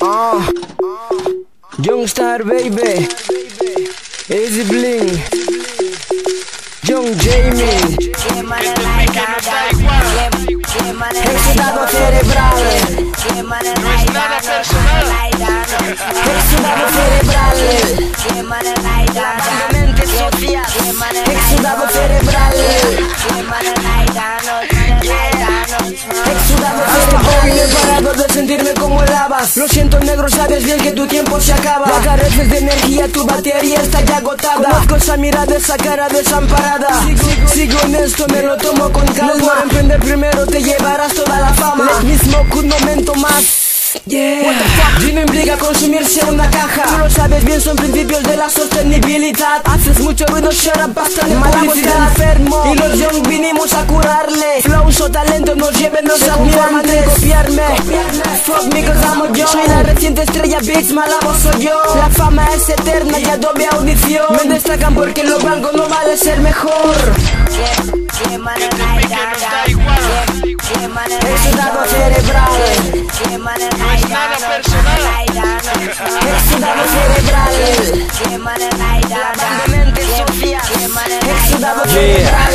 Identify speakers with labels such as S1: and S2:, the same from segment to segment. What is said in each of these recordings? S1: Oh, Youngstar baby, Easy Bling, Young Jamie, Excitado cerebral, Excitado cerebral, mente sucia, Excitado cerebral, Exudado este cerebral, bien parado de sentirme como el habas. Lo siento negro, sabes bien que tu tiempo se acaba. Ya careces de energía, tu batería está ya agotada. Conozco esa mirada, esa cara desamparada. Sigo, sigo en esto, me lo tomo con calma. No por emprender primero, te llevarás toda la fama. El mismo que un momento más. Yeah. Jimmy implica consumirse una caja. Tú lo sabes bien, son principios de la sostenibilidad. Haces mucho ruido, shut up, basta de publicidad. enfermo. Y los young vinimos a curarle. Flows o talento nos lleven, nos conforman de copiarme. Fuck me, cause I'm a young. Soy la reciente estrella, Bix, mala voz soy yo. La fama es eterna y adobe audición. Me destacan porque lo valgo, no vale ser mejor. Exudado cerebral, exudado cerebral, de mente sucia, exudado cerebral.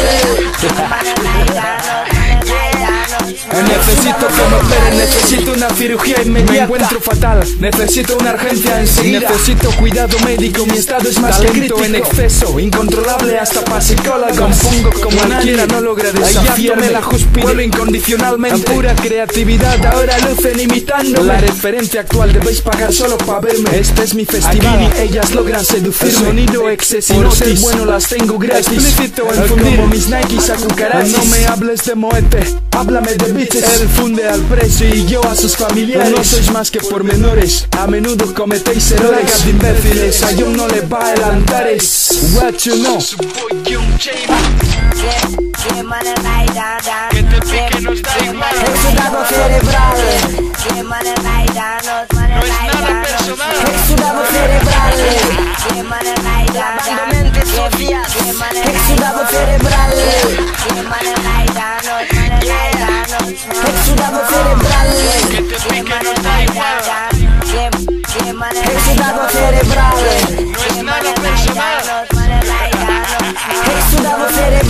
S2: Necesito que me operen, necesito una cirugía inmediata Me encuentro fatal, necesito una urgencia enseguida Necesito cuidado médico, mi estado es más
S1: Talento
S2: que crítico.
S1: en
S2: exceso, incontrolable hasta para psicólogo Compongo como cualquiera, no logra desafiarme
S3: Hallándome
S2: la
S3: la
S2: cúspide,
S3: cúspide.
S2: puedo incondicionalmente En pura creatividad, ahora lucen imitando La referencia actual debéis pagar solo para verme Este es mi festival,
S3: Aquí
S2: ellas logran seducirme
S3: El
S2: Sonido
S3: sonido
S2: excesivo,
S3: Por
S2: ser
S3: tis.
S2: bueno las tengo gratis
S3: Explícito en
S2: Eh,
S3: fundir.
S2: como mis Nikes a cucarachas
S3: No me
S2: hables de moete, háblame de
S3: bitches.
S2: Él funde al precio y yo a sus familiares. No sois más que pormenores, a menudo cometéis errores. de imbéciles, a yo no le va el Antares. What you know?
S1: Exudado cerebral, exudado cerebral, de mente sucia, exudado cerebral, exudado cerebral, exudado cerebral, exudado cerebral, de mente sucia, exudado cerebral, exudado cerebral.